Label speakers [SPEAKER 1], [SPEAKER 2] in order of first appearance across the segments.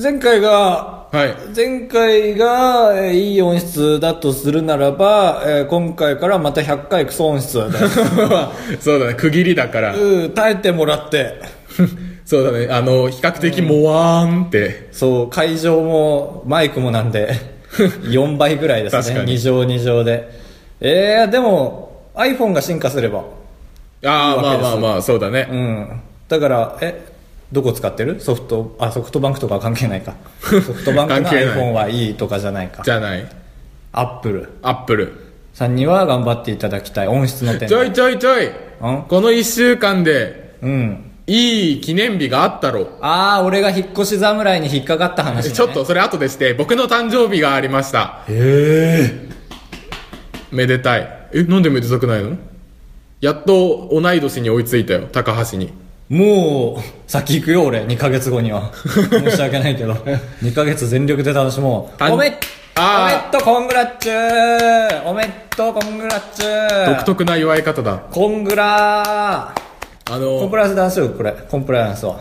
[SPEAKER 1] 前回が、
[SPEAKER 2] はい
[SPEAKER 1] 前回が、えーいい音質だとするならば、えー今回からまた100回クソ音 質だね
[SPEAKER 2] そうだね区切りだから
[SPEAKER 1] うん耐えてもらって
[SPEAKER 2] そうだねあの比較的もわーんって
[SPEAKER 1] そう会場もマイクもなんで 4倍ぐらいです
[SPEAKER 2] 確
[SPEAKER 1] ね
[SPEAKER 2] かに
[SPEAKER 1] 2乗2乗でえー、でも iPhone が進化すればいい
[SPEAKER 2] ああま
[SPEAKER 1] わけ
[SPEAKER 2] あ
[SPEAKER 1] です
[SPEAKER 2] まあまあそうだ
[SPEAKER 1] う
[SPEAKER 2] ね
[SPEAKER 1] んだからえどこ使ってるソフトあソフトバンクとかは関係ない かソフトバンクの
[SPEAKER 2] 関係ない
[SPEAKER 1] iPhone はいいとかじゃないか
[SPEAKER 2] じゃない
[SPEAKER 1] アップル
[SPEAKER 2] アップル
[SPEAKER 1] さんには頑張っていただきたい音質の点
[SPEAKER 2] ちょいちょいちょい
[SPEAKER 1] うん
[SPEAKER 2] この1週間で
[SPEAKER 1] うん
[SPEAKER 2] いい記念日があったろ
[SPEAKER 1] ああ俺が引っ越し侍に引っかかった話、ね、
[SPEAKER 2] ちょっとそれ後でして僕の誕生日がありました
[SPEAKER 1] え
[SPEAKER 2] めでたいえなんでめでたくないのやっと同い年に追いついたよ高橋に
[SPEAKER 1] えもう先行くよ俺2ヶ月後に は申し訳ないけど2ヶ月全力で楽しもう
[SPEAKER 2] たん
[SPEAKER 1] おめっおめ
[SPEAKER 2] あー
[SPEAKER 1] っとコングラッチューおめっとコングラッチュー
[SPEAKER 2] 独特な祝い方だ
[SPEAKER 1] コングラー
[SPEAKER 2] あ
[SPEAKER 1] コン
[SPEAKER 2] の
[SPEAKER 1] プライアンス男子よこれコンプライアンスは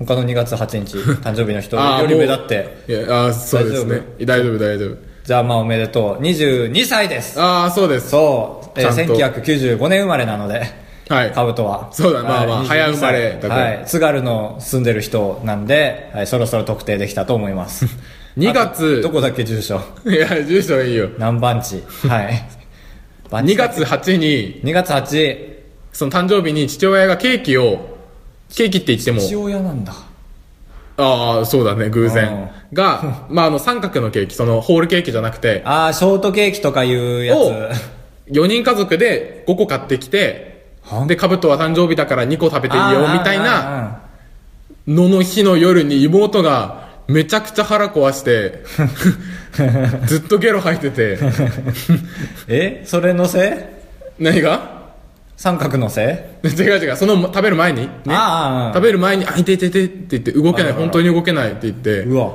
[SPEAKER 1] 他の2月8日 誕生日の人
[SPEAKER 2] あー
[SPEAKER 1] より
[SPEAKER 2] もう
[SPEAKER 1] 目立って
[SPEAKER 2] いやあーそうですね大丈夫大丈夫
[SPEAKER 1] じゃあまあおめでとう22歳です
[SPEAKER 2] ああそうです
[SPEAKER 1] そう、えー
[SPEAKER 2] ちゃんと
[SPEAKER 1] 1995年生まれなの で
[SPEAKER 2] はい
[SPEAKER 1] カブトは
[SPEAKER 2] そうだまあまあ
[SPEAKER 1] 22歳
[SPEAKER 2] 早生まれだから
[SPEAKER 1] はい津軽の住んでる人なんで、はい、そろそろ特定できたと思います
[SPEAKER 2] 2月
[SPEAKER 1] あどこだっけ住所
[SPEAKER 2] いや住所いいよ
[SPEAKER 1] 何番地 はい番
[SPEAKER 2] 2
[SPEAKER 1] 地だ
[SPEAKER 2] 月8に
[SPEAKER 1] 2月8
[SPEAKER 2] その誕生日に父親がケーキをケーキって言っても
[SPEAKER 1] 父親なんだ
[SPEAKER 2] ああそうだね偶然が、まあ、あの三角のケーキそのホールケーキじゃなくて
[SPEAKER 1] ああショートケーキとかいうや
[SPEAKER 2] を
[SPEAKER 1] つ
[SPEAKER 2] 4人家族で5個買ってきて
[SPEAKER 1] はん
[SPEAKER 2] でカブトは誕生日だから2個食べていいよみたいな
[SPEAKER 1] な
[SPEAKER 2] のの日の夜に妹がめちゃくちゃ腹壊して ずっとゲロ吐いてて
[SPEAKER 1] えそれのせい
[SPEAKER 2] 何が
[SPEAKER 1] 三角のせい、
[SPEAKER 2] 違う違うその食べる前にね
[SPEAKER 1] ああ
[SPEAKER 2] 食べる前に「あいていていて」って言って動けな
[SPEAKER 1] あら
[SPEAKER 2] い
[SPEAKER 1] ら
[SPEAKER 2] 本当に動けないって言って
[SPEAKER 1] うわ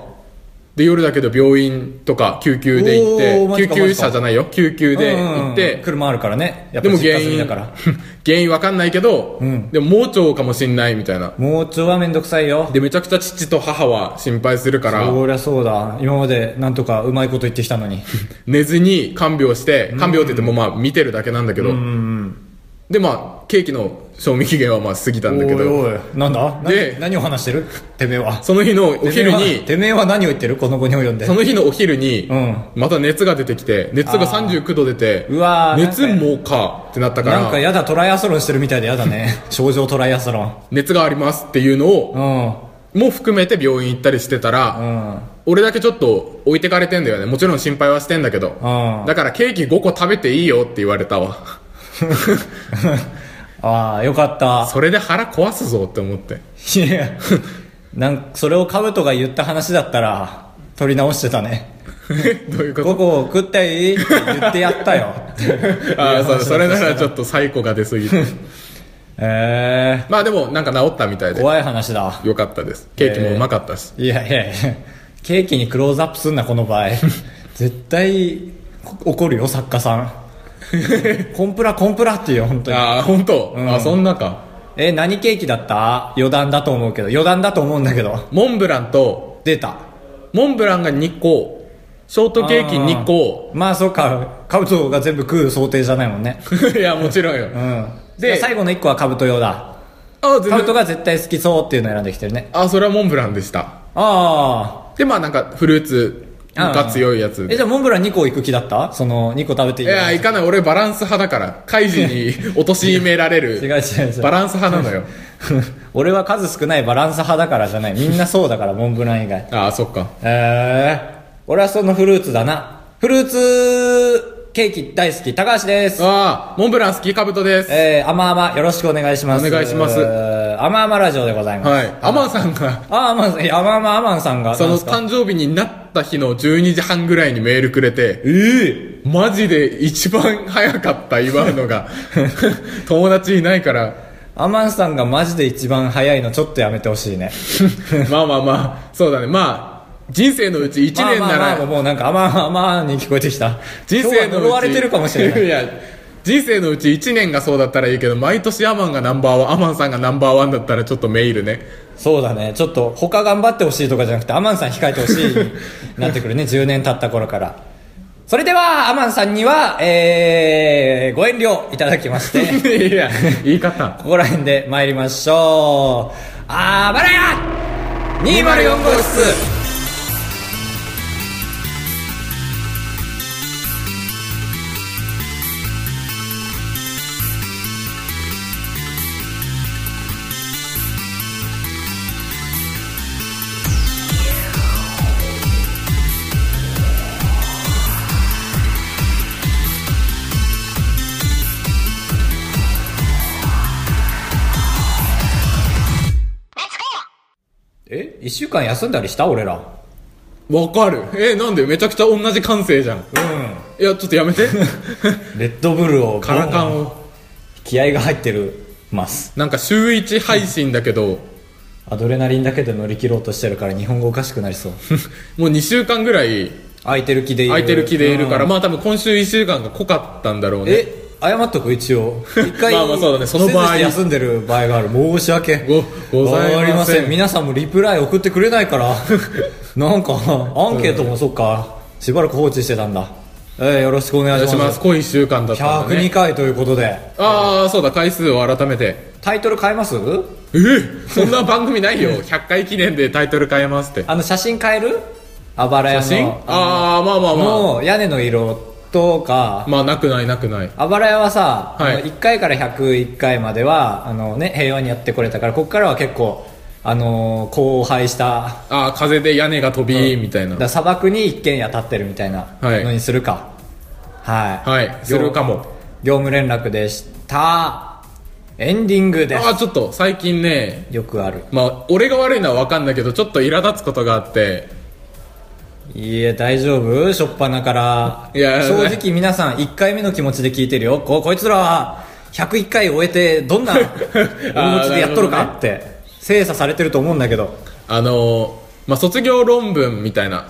[SPEAKER 2] で夜だけど病院とか救急で行
[SPEAKER 1] おー
[SPEAKER 2] っ
[SPEAKER 1] マ
[SPEAKER 2] て
[SPEAKER 1] ジ
[SPEAKER 2] 救
[SPEAKER 1] か
[SPEAKER 2] 急車じゃないよ救急で行っ
[SPEAKER 1] うんうんうん
[SPEAKER 2] て
[SPEAKER 1] 車あるからねやっ
[SPEAKER 2] で
[SPEAKER 1] ぱ
[SPEAKER 2] も
[SPEAKER 1] 実家
[SPEAKER 2] 原
[SPEAKER 1] 住み
[SPEAKER 2] 因
[SPEAKER 1] だから
[SPEAKER 2] 原因わかんないけど、でも盲腸かもしんないみたいな
[SPEAKER 1] 盲腸はめんどくさいよ
[SPEAKER 2] でめちゃくちゃ父と母は心配するから
[SPEAKER 1] そりゃそうだ今までなんとかうまいこと言ってきたのに
[SPEAKER 2] 寝ずに看病して看病って言ってもまあ見てるだけなんだけど、でまあケーキの賞味期限はまあ過ぎたんだけど
[SPEAKER 1] おいおいなんだな
[SPEAKER 2] で
[SPEAKER 1] 何を話してるてめえは
[SPEAKER 2] その日のお昼
[SPEAKER 1] てめ
[SPEAKER 2] に
[SPEAKER 1] えはてめえは何を言ってるこの後に及んで
[SPEAKER 2] その日のお昼に
[SPEAKER 1] うん
[SPEAKER 2] また熱が出てきて熱が39度出て
[SPEAKER 1] うわー
[SPEAKER 2] 熱もかってなったか
[SPEAKER 1] なんからやだトライアスロンしてるみたいでやだね 症状トライアスロン
[SPEAKER 2] 熱がありますっていうのを
[SPEAKER 1] うんうん
[SPEAKER 2] も含めて病院行ったりしてたら俺だけちょっと置いてかれてんだよねもちろん心配はしてんだけど
[SPEAKER 1] あー
[SPEAKER 2] だからケーキ5個食べていいよって言われたわ
[SPEAKER 1] ああよかった
[SPEAKER 2] それで腹壊すぞって思って
[SPEAKER 1] いや、なんそれをカブトが言った話だったら、取り直してたね。
[SPEAKER 2] どういうこ
[SPEAKER 1] 5
[SPEAKER 2] と
[SPEAKER 1] 個食っていいって言ってやったよ。
[SPEAKER 2] ああ
[SPEAKER 1] いや
[SPEAKER 2] そそれならちょっとサイコが出すぎて
[SPEAKER 1] え
[SPEAKER 2] まあでもなんか治ったみたい
[SPEAKER 1] ー、
[SPEAKER 2] で
[SPEAKER 1] 怖い話だ。
[SPEAKER 2] よかったですケーキもうまかったし、
[SPEAKER 1] いやいやいや、ケーキにクローズアップすんな、この 場合。絶対、こ怒るよ、作家さん。コンプラ、コンプラって言うよ、本当に。
[SPEAKER 2] ああ本当、
[SPEAKER 1] ん
[SPEAKER 2] あそんなか
[SPEAKER 1] えー、何ケーキだった余談だと思うけど、余談だと思うんだけど。
[SPEAKER 2] モンブランと
[SPEAKER 1] 出た。
[SPEAKER 2] モンブランが2個ショートケーキ2個
[SPEAKER 1] まあ、そうか、カブトが全部食う想定じゃないもんね。
[SPEAKER 2] いやもちろんよ、で
[SPEAKER 1] で最後の1個はカブト用だ
[SPEAKER 2] ああ全
[SPEAKER 1] カブト
[SPEAKER 2] 然
[SPEAKER 1] が絶対好きそうっていうのを選んできてるね
[SPEAKER 2] あそれはモンブランでした
[SPEAKER 1] あ
[SPEAKER 2] でまあなんかフルーツが強いやつ
[SPEAKER 1] あえじゃあモンブラン2個いく気だったその2個食べてい
[SPEAKER 2] い
[SPEAKER 1] いよ
[SPEAKER 2] や、行かない。俺バランス派だから。カ イジに貶められ
[SPEAKER 1] 違う
[SPEAKER 2] る。
[SPEAKER 1] 違う違う
[SPEAKER 2] バランス派なのよ。
[SPEAKER 1] 俺は数少ないバランス派だからじゃないみんなそうだからモンブラン以外
[SPEAKER 2] ああ、そっか。
[SPEAKER 1] えー、俺はそのフルーツだなフルーツケーキ大好き高橋です
[SPEAKER 2] ああ、モンブラン好き、カブトです。
[SPEAKER 1] えー、あまあまよろしくお願いします
[SPEAKER 2] お願いします
[SPEAKER 1] えーあまあまラジオでございます、
[SPEAKER 2] はい。アマンさんが、
[SPEAKER 1] ああまああまあまあまんさんが
[SPEAKER 2] そ
[SPEAKER 1] なん
[SPEAKER 2] の
[SPEAKER 1] ですか
[SPEAKER 2] 誕生日になった日の12時半ぐらいにメールくれて、
[SPEAKER 1] え
[SPEAKER 2] マジで一番早かった、祝う のが。友達いないから。
[SPEAKER 1] えアマンさんがマジで一番早いのちょっとやめてほしいね
[SPEAKER 2] まあまあまあ、そうだね。まあ、人生のうち1年
[SPEAKER 1] まあま
[SPEAKER 2] な
[SPEAKER 1] あまあ
[SPEAKER 2] ら、
[SPEAKER 1] もうなんか、あまあまあまあに聞こえてきた。
[SPEAKER 2] 人生のうち。
[SPEAKER 1] 今日は呪われてるかもしれない。
[SPEAKER 2] いや、人生のうち1年がそうだったらいいけど毎年アマンがナンバーワンアマンさんがナンバーワンだったらちょっとメールね
[SPEAKER 1] そうだねちょっと他頑張ってほしいとかじゃなくてアマンさん控えてほしいになってく るね10年経った頃からそれではアマンさんには、えー、ご遠 慮いただきまし て
[SPEAKER 2] いや言い方
[SPEAKER 1] ここら辺で参りましょうあばらや204号室え1週間休んだりした俺ら
[SPEAKER 2] わかるえなんでめちゃくちゃ同じ感性じゃん
[SPEAKER 1] う
[SPEAKER 2] いやちょっとやめ て
[SPEAKER 1] んレッドブルを
[SPEAKER 2] カラカンを
[SPEAKER 1] 気合が入ってるます
[SPEAKER 2] なんか週1配信だけど、
[SPEAKER 1] アドレナリンだけで乗り切ろうとしてるから日本語おかしくなりそう
[SPEAKER 2] もう2週間ぐらい
[SPEAKER 1] 空いてる気でいる
[SPEAKER 2] 空いてる気でいるから、
[SPEAKER 1] うん
[SPEAKER 2] まあ多分今週1週間が濃かったんだろうね
[SPEAKER 1] え謝っとく一応一回
[SPEAKER 2] まあまあそうだねその場合
[SPEAKER 1] 施設で休んでる場合がある申し訳
[SPEAKER 2] ごございません
[SPEAKER 1] わかり皆さんもリプライ送ってくれないから なんかアンケートもそっかしばらく放置してたんだえー、よろしくお願
[SPEAKER 2] お
[SPEAKER 1] い
[SPEAKER 2] 願い
[SPEAKER 1] し
[SPEAKER 2] し
[SPEAKER 1] ま
[SPEAKER 2] ますす濃い1週間だったんだ
[SPEAKER 1] 102
[SPEAKER 2] ね
[SPEAKER 1] 回ということで
[SPEAKER 2] ああそうだ回数を改めて
[SPEAKER 1] タイトル変えます
[SPEAKER 2] えそんな番組な いよ100回記念でタイトル変えますって
[SPEAKER 1] あの写真変えるあばら屋の
[SPEAKER 2] 写真
[SPEAKER 1] あ
[SPEAKER 2] ああまあまあ
[SPEAKER 1] の
[SPEAKER 2] ま
[SPEAKER 1] もう屋根の色とか
[SPEAKER 2] あまあなくないなくない
[SPEAKER 1] あばら屋はさ、
[SPEAKER 2] はい
[SPEAKER 1] あの1回から101回まではあの、ね、平和にやってこれたからここからは結構、あのー荒廃した
[SPEAKER 2] ああ風で屋根が飛びみたいな
[SPEAKER 1] だから砂漠に一軒家建ってるみたいな
[SPEAKER 2] はい
[SPEAKER 1] のにするかはい、
[SPEAKER 2] はいするかも
[SPEAKER 1] 業務連絡でしたエンディングで
[SPEAKER 2] ああちょっと最近ね
[SPEAKER 1] すよくある
[SPEAKER 2] まあ俺が悪いのは分かんないけどちょっと苛立つことがあって
[SPEAKER 1] いいえ大丈夫初っ端から
[SPEAKER 2] いや
[SPEAKER 1] 正直皆さん1回目の気持ちで聞いてるよここいつらは101回終えてどん な大持ちでやっとるかって精査されてると思うんだけど
[SPEAKER 2] あのーまあ卒業論文みたいな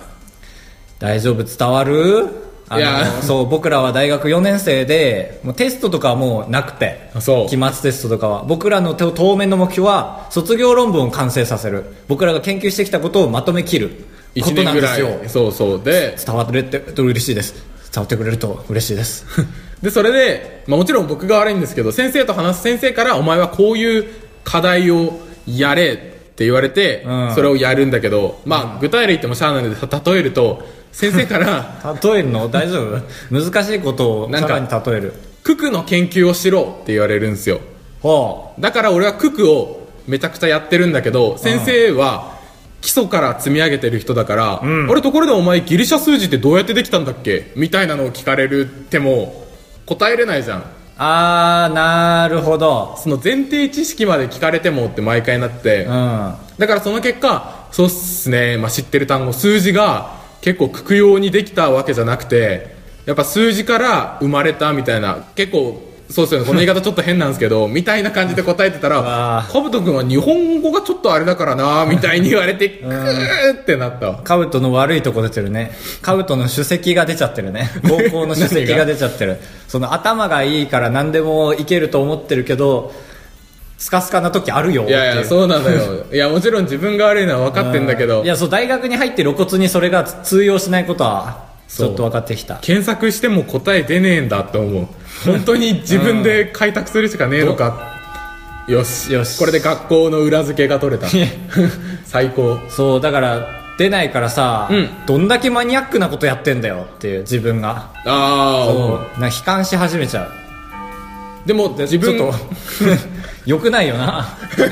[SPEAKER 1] 大丈夫伝わるあの
[SPEAKER 2] いや
[SPEAKER 1] そう僕らは大学4年生でもうテストとかはもうなくて
[SPEAKER 2] あそう
[SPEAKER 1] 期末テストとかは僕らの当当面の目標は卒業論文を完成させる僕らが研究してきたことをまとめきるこ
[SPEAKER 2] 1
[SPEAKER 1] と
[SPEAKER 2] 年
[SPEAKER 1] なん
[SPEAKER 2] ぐ
[SPEAKER 1] で
[SPEAKER 2] ら
[SPEAKER 1] すよ
[SPEAKER 2] いそうそうで
[SPEAKER 1] 伝われてると嬉しいです伝わってくれると嬉しいです
[SPEAKER 2] でそれで、まあ、もちろん僕が悪いんですけど先生と話す先生からお前はこういう課題をやれって言われて、
[SPEAKER 1] うん
[SPEAKER 2] それをやるんだけど、まあ、具体例言ってもしゃあないのでた例えると先生から
[SPEAKER 1] 例えるの大丈夫難しいことを
[SPEAKER 2] なん
[SPEAKER 1] さ
[SPEAKER 2] から
[SPEAKER 1] に例える
[SPEAKER 2] 九九の研究をしろって言われるんですよ
[SPEAKER 1] ほ
[SPEAKER 2] だから俺は九九をめちゃくちゃやってるんだけど先生は基礎から積み上げてる人だから、あれところでお前ギリシャ数字ってどうやってできたんだっけみたいなのを聞かれるっても答えれないじゃん
[SPEAKER 1] うあーなるほど
[SPEAKER 2] その前提知識まで聞かれてもって毎回なって、
[SPEAKER 1] うん
[SPEAKER 2] だからその結果そうっすね、まあ、知ってる単語数字が結構くく用にできたわけじゃなくてやっぱ数字から生まれたみたいな結構そうですよねこの言い方ちょっと変なんです けどみたいな感じで答えてたら
[SPEAKER 1] わ
[SPEAKER 2] 「かぶと君は日本語がちょっとあれだから な」みたいに言われてクーってなったわ
[SPEAKER 1] カブトの悪いとこ出てるね。カブトの首席が出ちゃってる ね。高校の首席が出ちゃってる。その頭がいいから何でもいけると思ってるけど、スカスカな時あるよっ
[SPEAKER 2] い
[SPEAKER 1] ていう。
[SPEAKER 2] やいやそうなのよいやもちろん自分が悪いのは分かってんだけど
[SPEAKER 1] いや、そう、大学に入って露骨にそれが通用しないことは、ち
[SPEAKER 2] そう
[SPEAKER 1] ょっと分かってきた。
[SPEAKER 2] 検索しても答え出ねえんだって思う本当に自分で開拓するしかねえのか、よし
[SPEAKER 1] よし
[SPEAKER 2] これで学校の裏付けが取れた 最高
[SPEAKER 1] そう、だから、出ないからさ、
[SPEAKER 2] うん
[SPEAKER 1] どんだけマニアックなことやってんだよっていう、自分が。
[SPEAKER 2] ああ
[SPEAKER 1] そう
[SPEAKER 2] 思う、
[SPEAKER 1] なんか悲観し始めちゃう。
[SPEAKER 2] でも自分
[SPEAKER 1] ちょっと、 良くないよ な。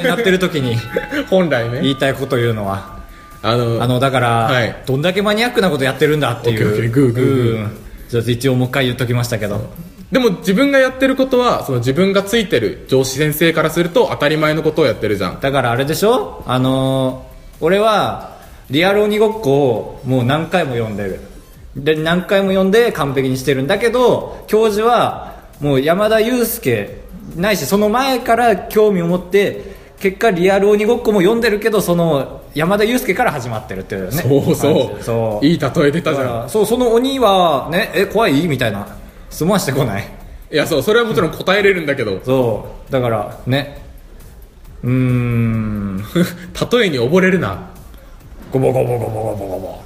[SPEAKER 1] なってる時に
[SPEAKER 2] 本来ね
[SPEAKER 1] 言いたいこと言うのは。
[SPEAKER 2] あの
[SPEAKER 1] あのだから、
[SPEAKER 2] はい
[SPEAKER 1] どんだけマニアックなことやってるんだってい
[SPEAKER 2] オッケーオッケー
[SPEAKER 1] う
[SPEAKER 2] グーグーグー
[SPEAKER 1] うんちょっと一応もう一回言っときましたけど
[SPEAKER 2] でも自分がやってることはその自分がついてる上司先生からすると当たり前のことをやってるじゃん
[SPEAKER 1] だからあれでしょあのー俺はリアル鬼ごっこをもう何回も読んでるで何回も読んで完璧にしてるんだけど教授はもう山田裕介ないしその前から興味を持って結果リアル鬼ごっこも読んでるけどその山田裕介から始まってるっていうね
[SPEAKER 2] そうそ
[SPEAKER 1] 感
[SPEAKER 2] う
[SPEAKER 1] じそう
[SPEAKER 2] いい例え出た
[SPEAKER 1] だ
[SPEAKER 2] じ
[SPEAKER 1] か
[SPEAKER 2] ゃん
[SPEAKER 1] らそうその鬼はねえ怖いみたいな質問はしてこない
[SPEAKER 2] いやそうそれはもちろん答えれるんだけど
[SPEAKER 1] そうだからねうーん
[SPEAKER 2] 例えに溺れるな
[SPEAKER 1] ゴボゴボゴボゴボゴボ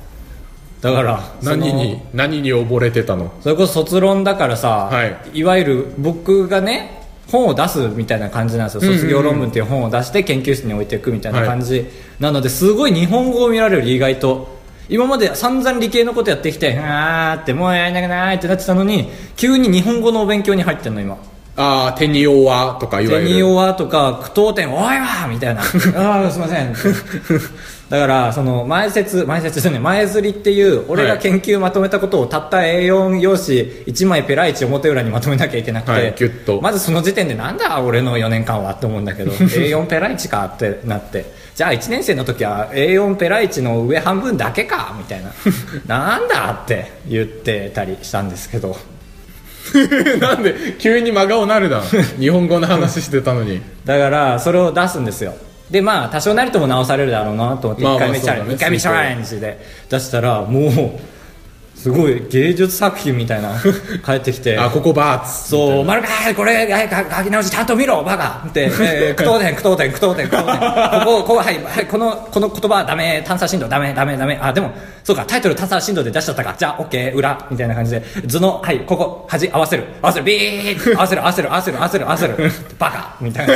[SPEAKER 1] だから
[SPEAKER 2] 何
[SPEAKER 1] その
[SPEAKER 2] に何に溺れてたの
[SPEAKER 1] それこそ卒論だからさ、、
[SPEAKER 2] はい
[SPEAKER 1] わゆる僕がね本を出すみたいな感じなんですよ、
[SPEAKER 2] んうんうん
[SPEAKER 1] 卒業論文っていう本を出して研究室に置いていくみたいな感じ、なのですごい日本語を見られる意外と今まで散々理系のことやってきてあーってもうやりたくないってなってたのに急に日本語のお勉強に入ってんの今
[SPEAKER 2] ああ「テニオワ」とかいわ
[SPEAKER 1] ゼ
[SPEAKER 2] ゆる
[SPEAKER 1] ニオワとか句読点おいわみた いなああすいませんだからその前説前説じゃない前刷りっていう俺が研究まとめたことをたった A4 用紙1枚ペラ1表裏にまとめなきゃいけなくて、
[SPEAKER 2] はいギュッと
[SPEAKER 1] まずその時点でなんだ俺の4年間はって思うんだ けど A4 ペラ1かってなってじゃあ1年生の時は A4 ペラ1の上半分だけかみたい ななんだって言ってたりしたんですけど
[SPEAKER 2] なんで急に真顔なるだ 日本語の話してたのに
[SPEAKER 1] だからそれを出すんですよでまあ多少なりとも直されるだろうなと思って
[SPEAKER 2] ま
[SPEAKER 1] 1
[SPEAKER 2] あまあ
[SPEAKER 1] 回目チャレンジ、
[SPEAKER 2] そうだね
[SPEAKER 1] 一回目チャレンジで出したらもうすごい芸術作品みたいな 返ってきて
[SPEAKER 2] あここバーツ
[SPEAKER 1] そう「丸かこれはいか書き直しちゃんと見ろバカ!」って「え ー句読点句読点句読点句読点ここここはい、はい、このこの言葉はダメ探査振動ダメダメダメあでもそうかタイトル探査振動で出しちゃったかじゃあ OK 裏」みたいな感じで図のはいここ端合わせる合わせるビーッ合わせる合わせる合わせる合わせる合わ せるバカみたいな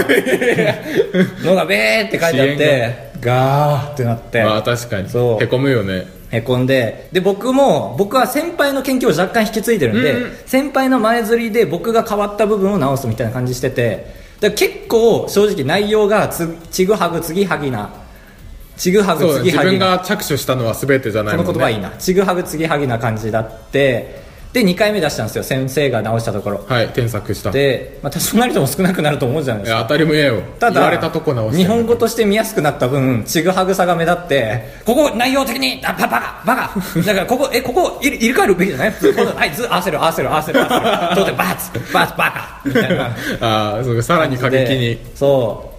[SPEAKER 1] のがビーって書いてあってガーってなって
[SPEAKER 2] まあ確かに
[SPEAKER 1] そう
[SPEAKER 2] へこむよね
[SPEAKER 1] へこんでで僕も僕は先輩の研究を若干引き継いでるんで、
[SPEAKER 2] うんう
[SPEAKER 1] 先輩の前釣りで僕が変わった部分を直すみたいな感じしててだから結構正直内容がつちぐはぐ次はぎなちぐはぐ
[SPEAKER 2] そうだね
[SPEAKER 1] 次
[SPEAKER 2] 自
[SPEAKER 1] はぎ
[SPEAKER 2] 分
[SPEAKER 1] な
[SPEAKER 2] が着手したのは全てじゃない
[SPEAKER 1] こ
[SPEAKER 2] もん、
[SPEAKER 1] の
[SPEAKER 2] ね、
[SPEAKER 1] 言葉いいなちぐはぐ次はぎな感じだってで2回目出したんですよ先生が直したところ
[SPEAKER 2] はい添削したい
[SPEAKER 1] で、 まあ、多少なりとも少なくなると思うじゃないですか
[SPEAKER 2] や当たり前よ
[SPEAKER 1] た
[SPEAKER 2] 言わ
[SPEAKER 1] だ
[SPEAKER 2] れたとこ直して
[SPEAKER 1] 日本語として見やすくなった分ちぐはぐさが目立ってここ内容的にあババカバカだからここえここ入れ入れ替えるべきじゃない普通このはいず合わせる合わせる合わせる合わせるとってバツバツバカみたいな
[SPEAKER 2] ああそうさらに過激に
[SPEAKER 1] でそ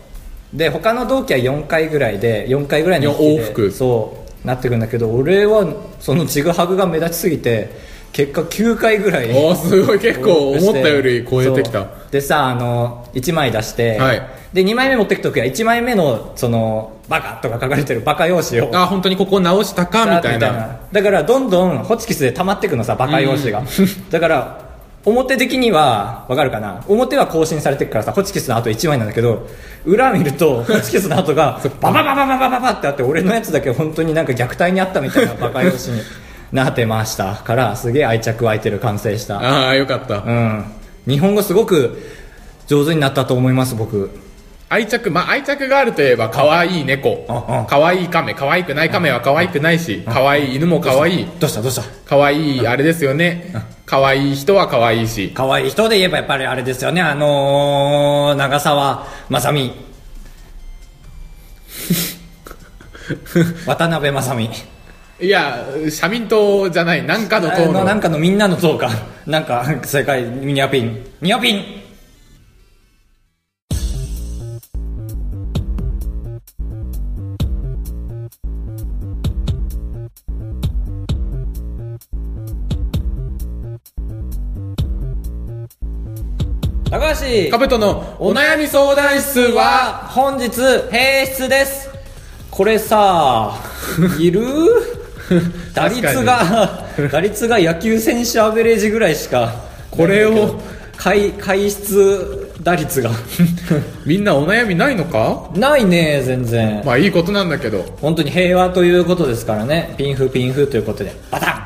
[SPEAKER 1] うで他の同期は4回ぐらいで4回ぐらいの引きで
[SPEAKER 2] 往復
[SPEAKER 1] そうなってくんだけど俺はそのちぐはぐが目立ちすぎて結果9回ぐらい
[SPEAKER 2] おおすごい結構思ったより超えてき
[SPEAKER 1] そう
[SPEAKER 2] た
[SPEAKER 1] でさあの1枚出して、
[SPEAKER 2] はい
[SPEAKER 1] で2枚目持ってく時は1枚目のそのバカとか書かれてるバカ用紙を
[SPEAKER 2] あ本当にここ直したかみたいな
[SPEAKER 1] だからどんどんホチキスで溜まってくのさバカ用紙が、だから表的にはわかるかな表は更新されてるからさホチキスの後1枚なんだけど裏見るとホチキスの後がババババババババってあって俺のやつだけ本当になんか虐待にあったみたいなバカ用紙になってましたからすげえ愛着湧いてる完成した
[SPEAKER 2] ああよかった、
[SPEAKER 1] うん、日本語すごく上手になったと思います僕
[SPEAKER 2] 愛着まあ愛着があるといえば可愛い猫
[SPEAKER 1] ああ
[SPEAKER 2] 可愛い亀可愛くない亀は可愛くないし可愛い犬も可愛い
[SPEAKER 1] どうしたどうした
[SPEAKER 2] 可愛いあれですよね可愛い人は可愛いし
[SPEAKER 1] 可愛い人で言えばやっぱりあれですよねあのー、長澤まさみ渡辺まさみ
[SPEAKER 2] いや社民党じゃないなんかの
[SPEAKER 1] あ
[SPEAKER 2] 党
[SPEAKER 1] の
[SPEAKER 2] の
[SPEAKER 1] なんかのみんなの党 かなんか世界ニアピンニアピン高橋
[SPEAKER 2] カブトのお悩み相談室は
[SPEAKER 1] は本日閉室ですこれさい る打率が打率が野球選手アベレージぐらいしか
[SPEAKER 2] これを
[SPEAKER 1] 開開出打率 が
[SPEAKER 2] みんなお悩みないのか
[SPEAKER 1] ないね全然
[SPEAKER 2] まあいいことなんだけど
[SPEAKER 1] 本当に平和ということですからねピンフピンフということでバタン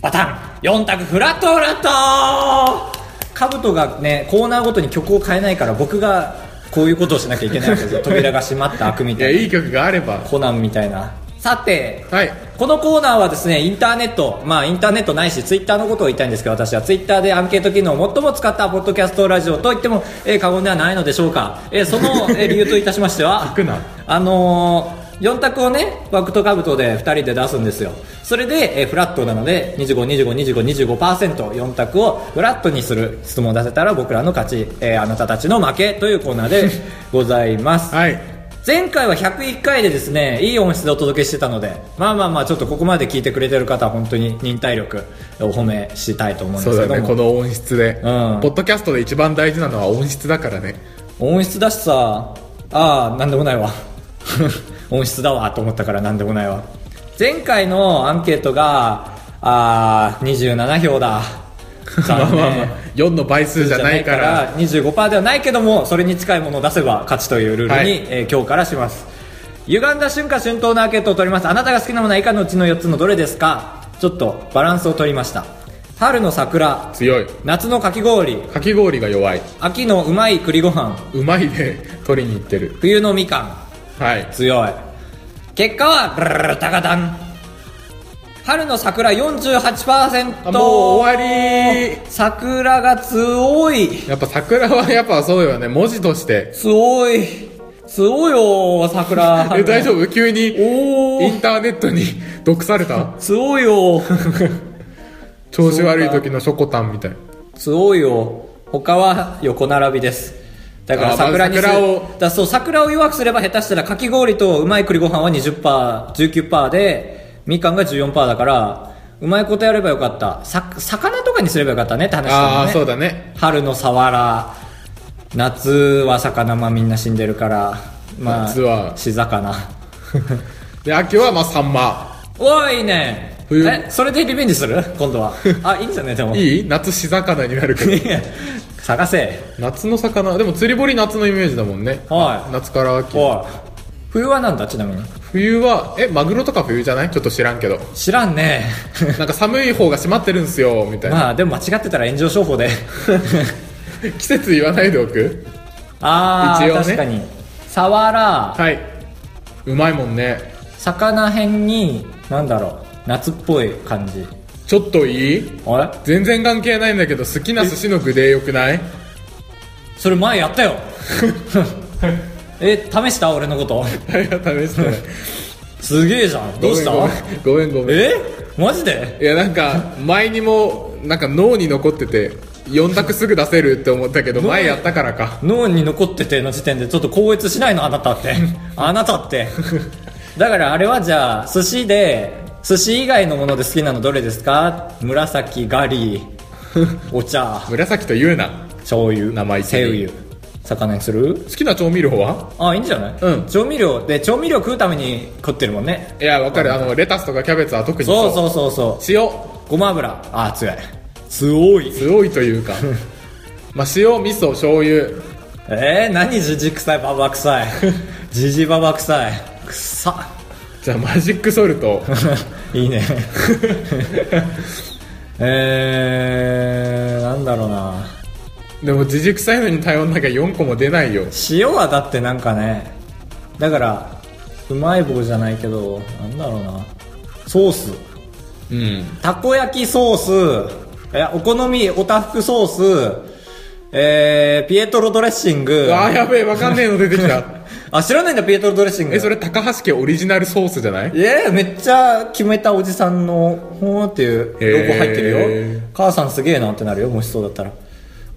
[SPEAKER 1] バタン4択フラットフラットカブトがねコーナーごとに曲を変えないから僕がこういうことをしなきゃいけないわけですよ扉が閉まった悪み
[SPEAKER 2] い
[SPEAKER 1] た
[SPEAKER 2] や
[SPEAKER 1] いない
[SPEAKER 2] い曲があれば
[SPEAKER 1] コナンみたいなさて
[SPEAKER 2] はい
[SPEAKER 1] このコーナーはですねインターネットまあインターネットないしツイッターのことを言いたいんですけど私はツイッターでアンケート機能を最も使ったポッドキャストラジオと言っても、えー過言ではないのでしょうか、えーその、えー理由といたしましては
[SPEAKER 2] 聞くな
[SPEAKER 1] あのー4択をねバクとカブトで2人で出すんですよそれで、えーフラットなので 25252525%4 択をフラットにする質問を出せたら僕らの勝ち、えーあなたたちの負けというコーナーでございます
[SPEAKER 2] はい
[SPEAKER 1] 前回は101回でですねいい音質でお届けしてたのでまあまあまあちょっとここまで聞いてくれてる方は本当に忍耐力をお褒めしたいと思うんです
[SPEAKER 2] そう
[SPEAKER 1] け
[SPEAKER 2] だ
[SPEAKER 1] ども
[SPEAKER 2] ねこの音質で、
[SPEAKER 1] ん
[SPEAKER 2] ポッドキャストで一番大事なのは音質だからね
[SPEAKER 1] 音質だしさああなんでもないわ 音質だわと思ったからなんでもないわ前回のアンケートがああ27票だ
[SPEAKER 2] まあ まあま
[SPEAKER 1] 残
[SPEAKER 2] あ
[SPEAKER 1] 念
[SPEAKER 2] 4の倍数じゃないから
[SPEAKER 1] 25%ではないけどもそれに近いものを出せば勝ちというルールに、
[SPEAKER 2] はい
[SPEAKER 1] えー今日からします歪んだ瞬間春闘のアーケートを取りますあなたが好きなものは以下のうちの4つのどれですかちょっとバランスを取りました春の桜
[SPEAKER 2] 強い
[SPEAKER 1] 夏のかき氷
[SPEAKER 2] かき氷が弱い
[SPEAKER 1] 秋のうまい栗ご飯
[SPEAKER 2] うまいで 取りに行ってる
[SPEAKER 1] 冬のみかん
[SPEAKER 2] はい
[SPEAKER 1] 強い結果はブルルルタカタン春の桜48%
[SPEAKER 2] あもう終わり
[SPEAKER 1] 桜が強い
[SPEAKER 2] やっぱ桜はやっぱそうよね文字として
[SPEAKER 1] 強い強いよ桜
[SPEAKER 2] え大丈夫急にイ
[SPEAKER 1] おー
[SPEAKER 2] ンターネットに 毒された
[SPEAKER 1] 強いよ
[SPEAKER 2] 調子悪い時のショコタンみたい
[SPEAKER 1] 強いよ他は横並びですだから
[SPEAKER 2] あまあ
[SPEAKER 1] 桜にす
[SPEAKER 2] 桜を
[SPEAKER 1] だそう桜を弱くすれば下手したらかき氷とうまい栗ご飯は 20%19% でみかんが14%だからうまいことやればよかったさ魚とかにすればよかったねって話だも
[SPEAKER 2] あ
[SPEAKER 1] ん
[SPEAKER 2] あ
[SPEAKER 1] ね
[SPEAKER 2] そうだね
[SPEAKER 1] 春のさわら夏は魚まあみんな死んでるからまあ
[SPEAKER 2] 夏は
[SPEAKER 1] 死魚
[SPEAKER 2] で秋はまあサンマ
[SPEAKER 1] おいいね
[SPEAKER 2] 冬
[SPEAKER 1] えそれでリベンジする今度 はあいいんじゃないでも
[SPEAKER 2] いい夏し魚になるけど
[SPEAKER 1] 探せ
[SPEAKER 2] 夏の魚でも釣り堀夏のイメージだもんね
[SPEAKER 1] は
[SPEAKER 2] 夏から秋
[SPEAKER 1] おい冬はなんだちなみに
[SPEAKER 2] 冬はえマグロとか冬じゃないちょっと知ら んけど
[SPEAKER 1] 知らん ね
[SPEAKER 2] なんか寒い方が閉まってるんすよみたいな
[SPEAKER 1] まあでも間違ってたら炎上商 法で
[SPEAKER 2] 季節言わないでおく
[SPEAKER 1] ああ、
[SPEAKER 2] 一応ね
[SPEAKER 1] 確かにサワラ
[SPEAKER 2] はいうまいもんね
[SPEAKER 1] 魚編になんだろう夏っぽい感じ
[SPEAKER 2] ちょっといい
[SPEAKER 1] あれ
[SPEAKER 2] 全然関係ないんだけど好きな寿司の具でよくない
[SPEAKER 1] それ前やったよ え試した俺のこと
[SPEAKER 2] ありがとう試してない
[SPEAKER 1] すげえじゃ んどうした
[SPEAKER 2] ごめんごめんごめんごめん
[SPEAKER 1] えマジで
[SPEAKER 2] いやなんか前にもなんか脳に残ってて4択すぐ出せるって思ったけど前やったからか
[SPEAKER 1] 脳に残ってての時点でちょっと高越しないのあなたってあなたってだからあれはじゃあ寿司で寿司以外のもので好きなのどれですか紫ガリお茶
[SPEAKER 2] 紫と言うな
[SPEAKER 1] 醤油
[SPEAKER 2] 生意気
[SPEAKER 1] 背油魚にする
[SPEAKER 2] 好きな調味料は
[SPEAKER 1] あいいんじゃない、
[SPEAKER 2] うん
[SPEAKER 1] 調味料で調味料食うために食ってるもんね
[SPEAKER 2] いやわかるあのレタスとかキャベツは特に
[SPEAKER 1] そうそうそうそう
[SPEAKER 2] 塩
[SPEAKER 1] ごま油あ強い強い
[SPEAKER 2] 強いとい うかまあ塩味噌醤油
[SPEAKER 1] えー、何じじ臭いババ臭いじじババ臭いくさ
[SPEAKER 2] じゃあマジックソルト
[SPEAKER 1] いいねえー、なんだろうな
[SPEAKER 2] でも自熟臭いのに頼んなきゃ4個も出ないよ
[SPEAKER 1] 塩はだってなんかねだからうまい棒じゃないけどなんだろうなソース
[SPEAKER 2] うん
[SPEAKER 1] たこ焼きソースいやお好みおたふくソースえー、ピエトロドレッシング
[SPEAKER 2] ああやべえわかんねえの出てき た
[SPEAKER 1] あ知らないんだピエトロドレッシング
[SPEAKER 2] えそれ高橋家オリジナルソースじゃない
[SPEAKER 1] いやめっちゃ決めたおじさんのほーっていうロゴ入ってるよ、
[SPEAKER 2] へ
[SPEAKER 1] 母さんすげえなってなるよもしそうだったら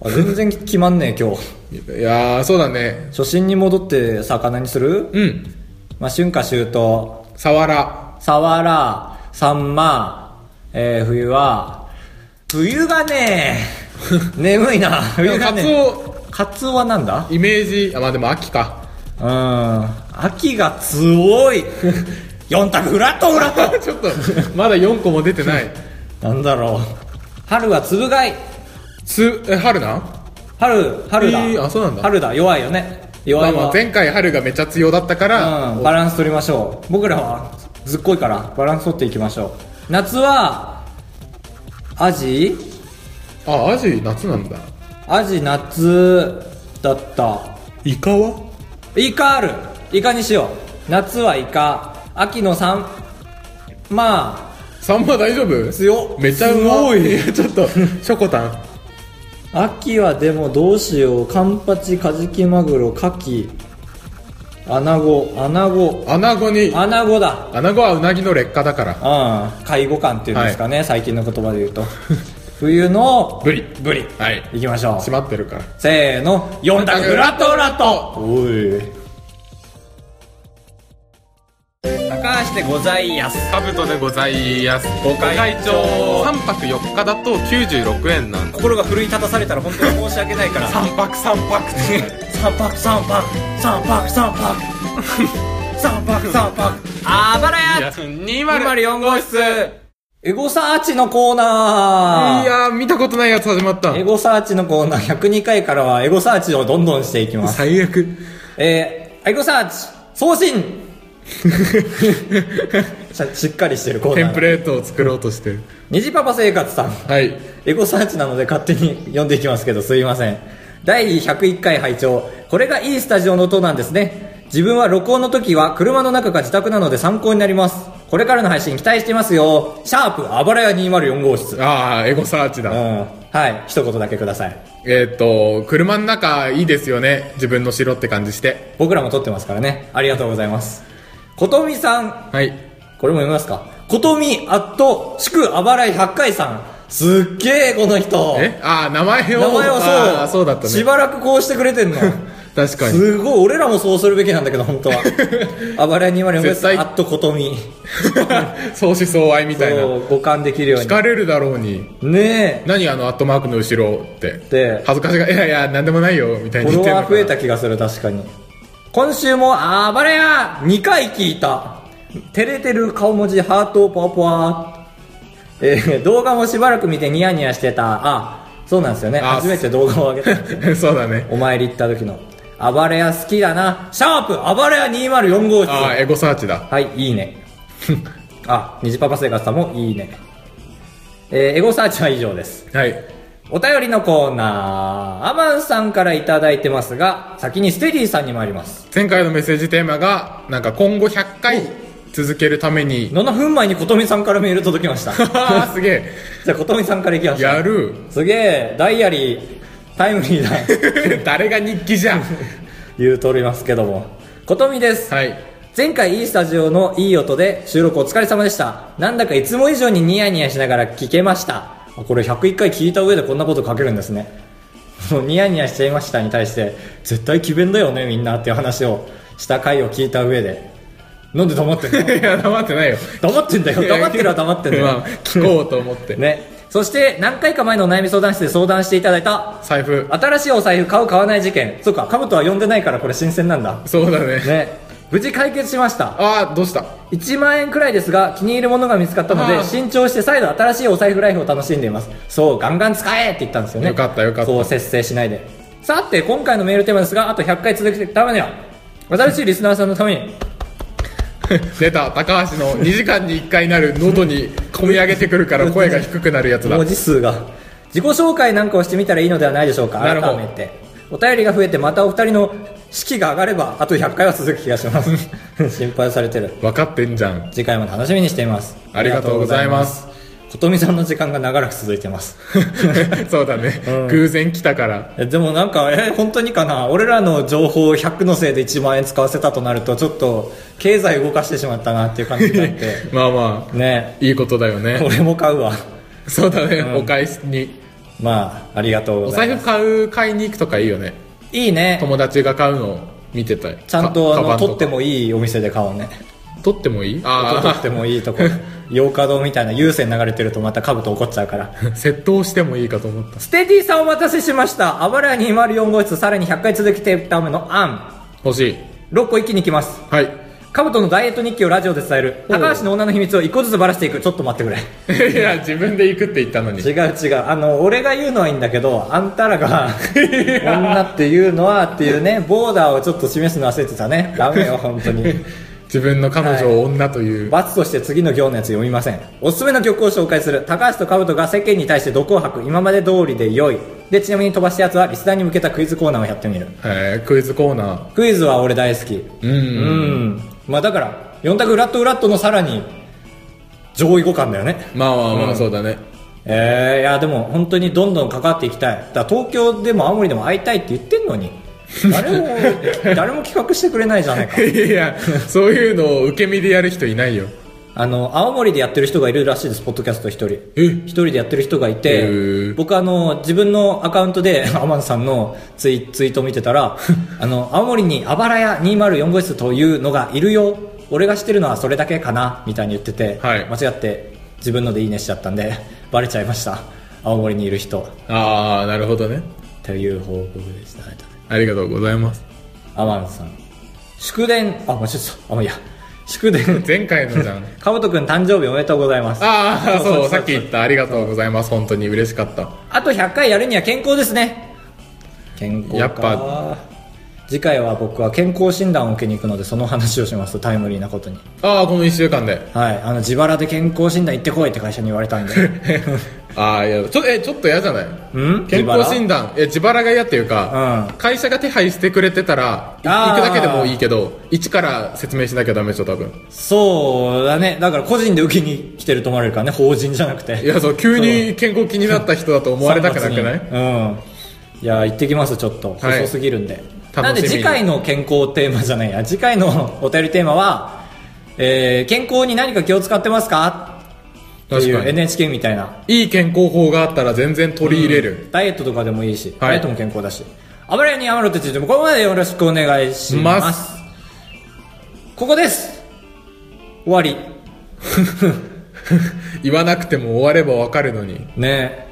[SPEAKER 1] あ全然決まんねえ今日
[SPEAKER 2] いやーそうだね
[SPEAKER 1] 初心に戻って魚にする、
[SPEAKER 2] うん
[SPEAKER 1] まあ、春夏秋冬
[SPEAKER 2] サワラ
[SPEAKER 1] サワラサンマ、えー冬は冬がね 眠いな冬が
[SPEAKER 2] カツ
[SPEAKER 1] ね
[SPEAKER 2] オ
[SPEAKER 1] カツオはなんだ
[SPEAKER 2] イメージあまあでも秋か
[SPEAKER 1] うん秋が強 い4択フラットフラット
[SPEAKER 2] ちょっとまだ4個も出てない
[SPEAKER 1] なんだろう春はつぶ貝
[SPEAKER 2] つえ春な
[SPEAKER 1] 春春だ、
[SPEAKER 2] えーあそうなんだ
[SPEAKER 1] 春だ弱いよね弱
[SPEAKER 2] まあ
[SPEAKER 1] い
[SPEAKER 2] ま
[SPEAKER 1] わ
[SPEAKER 2] あ、前回春がめちゃ強だったから、
[SPEAKER 1] うん、バランス取りましょう僕らはずっこいからバランス取っていきましょう夏はアジ
[SPEAKER 2] あアジ夏なんだ
[SPEAKER 1] アジ夏だった
[SPEAKER 2] イカは
[SPEAKER 1] イカあるイカにしよう夏はイカ秋の三まあ
[SPEAKER 2] サンマ大丈夫
[SPEAKER 1] 強っ
[SPEAKER 2] めちゃうまい ちょっとショコタン
[SPEAKER 1] 秋はでもどうしようカンパチカジキマグロカキアナゴアナゴ
[SPEAKER 2] アナゴに
[SPEAKER 1] アナゴだ
[SPEAKER 2] アナゴはうなぎの劣化だから
[SPEAKER 1] うん、介護官っていうんですかね、最近の言葉で言うと冬の
[SPEAKER 2] ブリ
[SPEAKER 1] ブリ
[SPEAKER 2] はい
[SPEAKER 1] いきましょ
[SPEAKER 2] 閉
[SPEAKER 1] う
[SPEAKER 2] まってるから
[SPEAKER 1] せーの4択フラットフラットおいしでございやす
[SPEAKER 2] カブトでございます
[SPEAKER 1] ご
[SPEAKER 2] ご
[SPEAKER 1] 会
[SPEAKER 2] 会
[SPEAKER 1] 長
[SPEAKER 2] 長3泊4日だと96円なんで
[SPEAKER 1] 心が奮い立たされたら本当に申し訳ないから
[SPEAKER 2] 3泊3泊って
[SPEAKER 1] 三泊三泊三泊三泊三泊三泊あばら
[SPEAKER 2] い
[SPEAKER 1] や
[SPEAKER 2] や204
[SPEAKER 1] 204
[SPEAKER 2] 号
[SPEAKER 1] 号
[SPEAKER 2] 室
[SPEAKER 1] 室
[SPEAKER 2] い
[SPEAKER 1] エゴサーチのコーナー
[SPEAKER 2] やー見たことないやつ始まった
[SPEAKER 1] エゴサーチのコーナー102回からはエゴサーチをどんどんしていきます。
[SPEAKER 2] 最悪
[SPEAKER 1] えー、エゴサーチ送信しゃしっかりしてるコー
[SPEAKER 2] テ
[SPEAKER 1] ナ
[SPEAKER 2] ンプ
[SPEAKER 1] ー。
[SPEAKER 2] レートを作ろうとしてる
[SPEAKER 1] 虹パパ生活さん。
[SPEAKER 2] はい
[SPEAKER 1] エゴサーチなので勝手に読んでいきますけど、すいません。第101回拝聴これがいいスタジオの音なんですね。自分は録音の時は車の中か自宅なので参考になります。これからの配信期待してますよ。シャープ、あばらや204号室。うん。
[SPEAKER 2] ああエゴサーチだ
[SPEAKER 1] はい。一言だけください。
[SPEAKER 2] えっ、と車の中いいですよね自分の城って感じして
[SPEAKER 1] 僕らも撮ってますからね。ありがとうございます。ことみさん。
[SPEAKER 2] はい
[SPEAKER 1] これも読みますか。ことみ、あっと、祝あばらい100回さん。すっげえ、この人。
[SPEAKER 2] えああ名前を
[SPEAKER 1] 名前
[SPEAKER 2] あ
[SPEAKER 1] は
[SPEAKER 2] ー
[SPEAKER 1] そう。
[SPEAKER 2] そうだった
[SPEAKER 1] し
[SPEAKER 2] ね
[SPEAKER 1] ばらくこうしてくれてんの。
[SPEAKER 2] 確かに
[SPEAKER 1] すごい、俺らもそうするべきなんだけど、本 当は。あばらい204
[SPEAKER 2] 絶対
[SPEAKER 1] さん、あっとこと み。
[SPEAKER 2] 相思相愛みたいな
[SPEAKER 1] そう、五感できるよう
[SPEAKER 2] 聞かれるだろうに
[SPEAKER 1] に。ね
[SPEAKER 2] 何あのアットマークの後ろって
[SPEAKER 1] で
[SPEAKER 2] 恥ずかしがいやいや何でもないよみた
[SPEAKER 1] え。
[SPEAKER 2] い
[SPEAKER 1] フ
[SPEAKER 2] に
[SPEAKER 1] ォ
[SPEAKER 2] 言って
[SPEAKER 1] ロワ
[SPEAKER 2] る
[SPEAKER 1] ー
[SPEAKER 2] のか
[SPEAKER 1] 増
[SPEAKER 2] な
[SPEAKER 1] えた気がする、確かに。今週も、あばらや !2 回聞いた。照れてる顔文字、ハート、パワーパワー。えー動画もしばらく見てニヤニヤしてた。あ、そうなんですよね。
[SPEAKER 2] あ
[SPEAKER 1] 初めて動画を上げたんですよ。
[SPEAKER 2] そうだね
[SPEAKER 1] お参り行った時の。あばれや好きだな。シャープ、あばれや204号室。
[SPEAKER 2] ああエゴサーチだ
[SPEAKER 1] はい、いいね。 あ、虹パパ生活さんもいいね。えーエゴサーチは以上です。
[SPEAKER 2] はい
[SPEAKER 1] お便りのコーナー、アマンさんからいただいてますが、先にステディさんに参ります。
[SPEAKER 2] 前回のメッセージテーマがなんか今後100回続けるた めに
[SPEAKER 1] 7分前にことみさんからメール届きま した。じ
[SPEAKER 2] あすげ
[SPEAKER 1] ゃあ、ことみさんからいきま
[SPEAKER 2] え
[SPEAKER 1] しょ
[SPEAKER 2] や
[SPEAKER 1] う。
[SPEAKER 2] る
[SPEAKER 1] すげえ、ダイアリー、タイムリーだ。
[SPEAKER 2] 誰が日記じゃん
[SPEAKER 1] 言うとりますけども。ことみです。
[SPEAKER 2] はい
[SPEAKER 1] 前回いいスタジオのいい音で収録お疲れ様でしたなんだかいつも以上にニヤニヤしながら聞けましたあこれ101回聞いた上でこんなこと書けるんですねそのニヤニヤしちゃいましたに対して絶対詭弁だよねみんなっていう話をした回を聞いた上でなんで黙ってん
[SPEAKER 2] い
[SPEAKER 1] の
[SPEAKER 2] や黙ってないよ
[SPEAKER 1] 黙ってんだよ黙ってるは黙ってんだ
[SPEAKER 2] ま
[SPEAKER 1] よ
[SPEAKER 2] あ聞こうと思って、
[SPEAKER 1] ねそして何回か前のお悩み相談室で相談していただいた
[SPEAKER 2] 財布
[SPEAKER 1] 新しいお財布買う買わない事件そうかカブトは呼んでないからこれ新鮮なんだ
[SPEAKER 2] そうだね
[SPEAKER 1] ね無事解決しました
[SPEAKER 2] ああどうした
[SPEAKER 1] 1万円くらいですが気に入るものが見つかったの
[SPEAKER 2] あー
[SPEAKER 1] で新調して再度新しいお財布ライフを楽しんでいますそうガンガン使えって言ったんですよね
[SPEAKER 2] よかったよかった
[SPEAKER 1] そう節制しないでさて今回のメールテーマですがあと100回続けていくためには私リスナーさんのために
[SPEAKER 2] 出た高橋の2時間に1回なる喉に込み上げてくるから声が低くなるやつだ
[SPEAKER 1] 文字数が自己紹介なんかをしてみたらいいのではないでしょうか
[SPEAKER 2] なるほど
[SPEAKER 1] 改めてお便りが増えてまたお二人の士気が上がればあと100回は続く気がします 心配されてる
[SPEAKER 2] 分かってんじゃん
[SPEAKER 1] 次回も楽しみにしています
[SPEAKER 2] ありがとうござい
[SPEAKER 1] ありがとうございま
[SPEAKER 2] ます
[SPEAKER 1] すことみさんの時間が長らく続いてます
[SPEAKER 2] そうだね、
[SPEAKER 1] うん
[SPEAKER 2] 偶然来たから
[SPEAKER 1] えでもなんか、え、本当にかな俺らの情報を100のせいで1万円使わせたとなると、ちょっと、経済動かしてしまったなっていう感じにな って。
[SPEAKER 2] まあま
[SPEAKER 1] ね
[SPEAKER 2] あいいことだよね
[SPEAKER 1] 俺も買うわ。
[SPEAKER 2] そうだね、お返しに
[SPEAKER 1] まあ、ありがとうご
[SPEAKER 2] お
[SPEAKER 1] ざい
[SPEAKER 2] 財
[SPEAKER 1] ま
[SPEAKER 2] 布買う買いに行くとかいいよね
[SPEAKER 1] す。いいね。
[SPEAKER 2] 友達が買うのを見てた
[SPEAKER 1] ちゃんと、あの、取って
[SPEAKER 2] も
[SPEAKER 1] もいいお店で買おうね。
[SPEAKER 2] 取ってもいいあ
[SPEAKER 1] 取ってもいい とこ。洋華堂みたいな優先流れてるとまた株と怒っちゃうから。
[SPEAKER 2] あ 窃盗してもいいかと思っ た
[SPEAKER 1] ステディさんお待たせしました。あばらや204号室、さらに100回続けていくための案。
[SPEAKER 2] 欲しい
[SPEAKER 1] 6個一気にいきます。
[SPEAKER 2] はい
[SPEAKER 1] カブトのダイエット日記をラジオで伝える
[SPEAKER 2] おう
[SPEAKER 1] 高橋の女の秘密を一個ずつばらしていくちょっと待ってくれ
[SPEAKER 2] いや自分で行くって言ったのに
[SPEAKER 1] 違う違うあの俺が言うのはいいんだけどあんたら が女っていうのはっていうねボーダーをちょっと示すの忘れてたねダメよ本当に
[SPEAKER 2] 自分の彼女を女という、
[SPEAKER 1] 罰として次の行のやつ読みませんおすすめの曲を紹介する高橋とカブトが世間に対して毒を吐く今まで通りで良いでちなみに飛ばしたやつはリスナーに向けたクイズコーナーをやってみる
[SPEAKER 2] えークイズコーナ
[SPEAKER 1] クイズは俺大好き
[SPEAKER 2] ーうん
[SPEAKER 1] うんまあだから4択ウラットウラットのさらに上位互換だよね
[SPEAKER 2] まあまあまあそうだね、
[SPEAKER 1] えー、いやでも本当にどんどん関わっていきたいだから東京でも青森でも会いたいって言ってんのに誰 も誰も企画してくれないじゃないか
[SPEAKER 2] いやそういうのを受け身でやる人いないよ
[SPEAKER 1] あの青森でやってる人がいるらしいですポッドキャスト一人
[SPEAKER 2] え
[SPEAKER 1] 一人でやってる人がい
[SPEAKER 2] へ
[SPEAKER 1] て
[SPEAKER 2] ー
[SPEAKER 1] 僕あの自分のアカウントで 天野さんのツ イツイートを見てたらあの青森にあばらや204号室というのがいるよ俺が知ってるのはそれだけかなみたいに言ってて、
[SPEAKER 2] はい
[SPEAKER 1] 間違って自分のでいいねしちゃったんでバレちゃいました青森にいる人
[SPEAKER 2] ああなるほどね
[SPEAKER 1] という報告でした
[SPEAKER 2] ありがとうございます
[SPEAKER 1] アマンさん祝電あ間違えたあまあいいや祝電
[SPEAKER 2] 前回のじゃん
[SPEAKER 1] かぶとくん誕生日おめでとうございます
[SPEAKER 2] ああ
[SPEAKER 1] そうそう
[SPEAKER 2] そ
[SPEAKER 1] そう
[SPEAKER 2] うさっき言ったありがとうございます本当に嬉しかった
[SPEAKER 1] あと100回やるには健康ですね健康か
[SPEAKER 2] やっぱ
[SPEAKER 1] 次回は僕は健康診断を受けに行くのでその話をしますタイムリーなことに
[SPEAKER 2] ああこの1週間で
[SPEAKER 1] はいあの自腹で健康診断行ってこいって会社に言われたんで
[SPEAKER 2] ああいやちょえちょっと嫌じゃない
[SPEAKER 1] うん
[SPEAKER 2] 健
[SPEAKER 1] 自腹
[SPEAKER 2] 康診断え自腹が嫌っていうか、
[SPEAKER 1] うん
[SPEAKER 2] 会社が手配してくれてたらい
[SPEAKER 1] あー
[SPEAKER 2] 行くだけでもいいけど一から説明しなきゃダメでしょ多分
[SPEAKER 1] そうだねだから個人で受けに来てると思われるからね法人じゃなくて
[SPEAKER 2] いやそう急に健康気になった人だと思われたくなくない
[SPEAKER 1] 散髪にうんいや行ってきますちょっと
[SPEAKER 2] はい
[SPEAKER 1] 細すぎるんで、
[SPEAKER 2] 楽しみに
[SPEAKER 1] なんで次回の健康テーマじゃないや次回のお便りテーマは、えー健康に何か気を使ってますかってい
[SPEAKER 2] 確か
[SPEAKER 1] う
[SPEAKER 2] に
[SPEAKER 1] NHK みたいない
[SPEAKER 2] い健康法があったら全然取り入れる、
[SPEAKER 1] ダイエットとかでもいいし、
[SPEAKER 2] はい
[SPEAKER 1] ダイエットも健康だし油屋に余るって言ってもここまでよろしくお願いします
[SPEAKER 2] ます
[SPEAKER 1] ここです終わり
[SPEAKER 2] 言わなくても終わればわかるのに
[SPEAKER 1] ね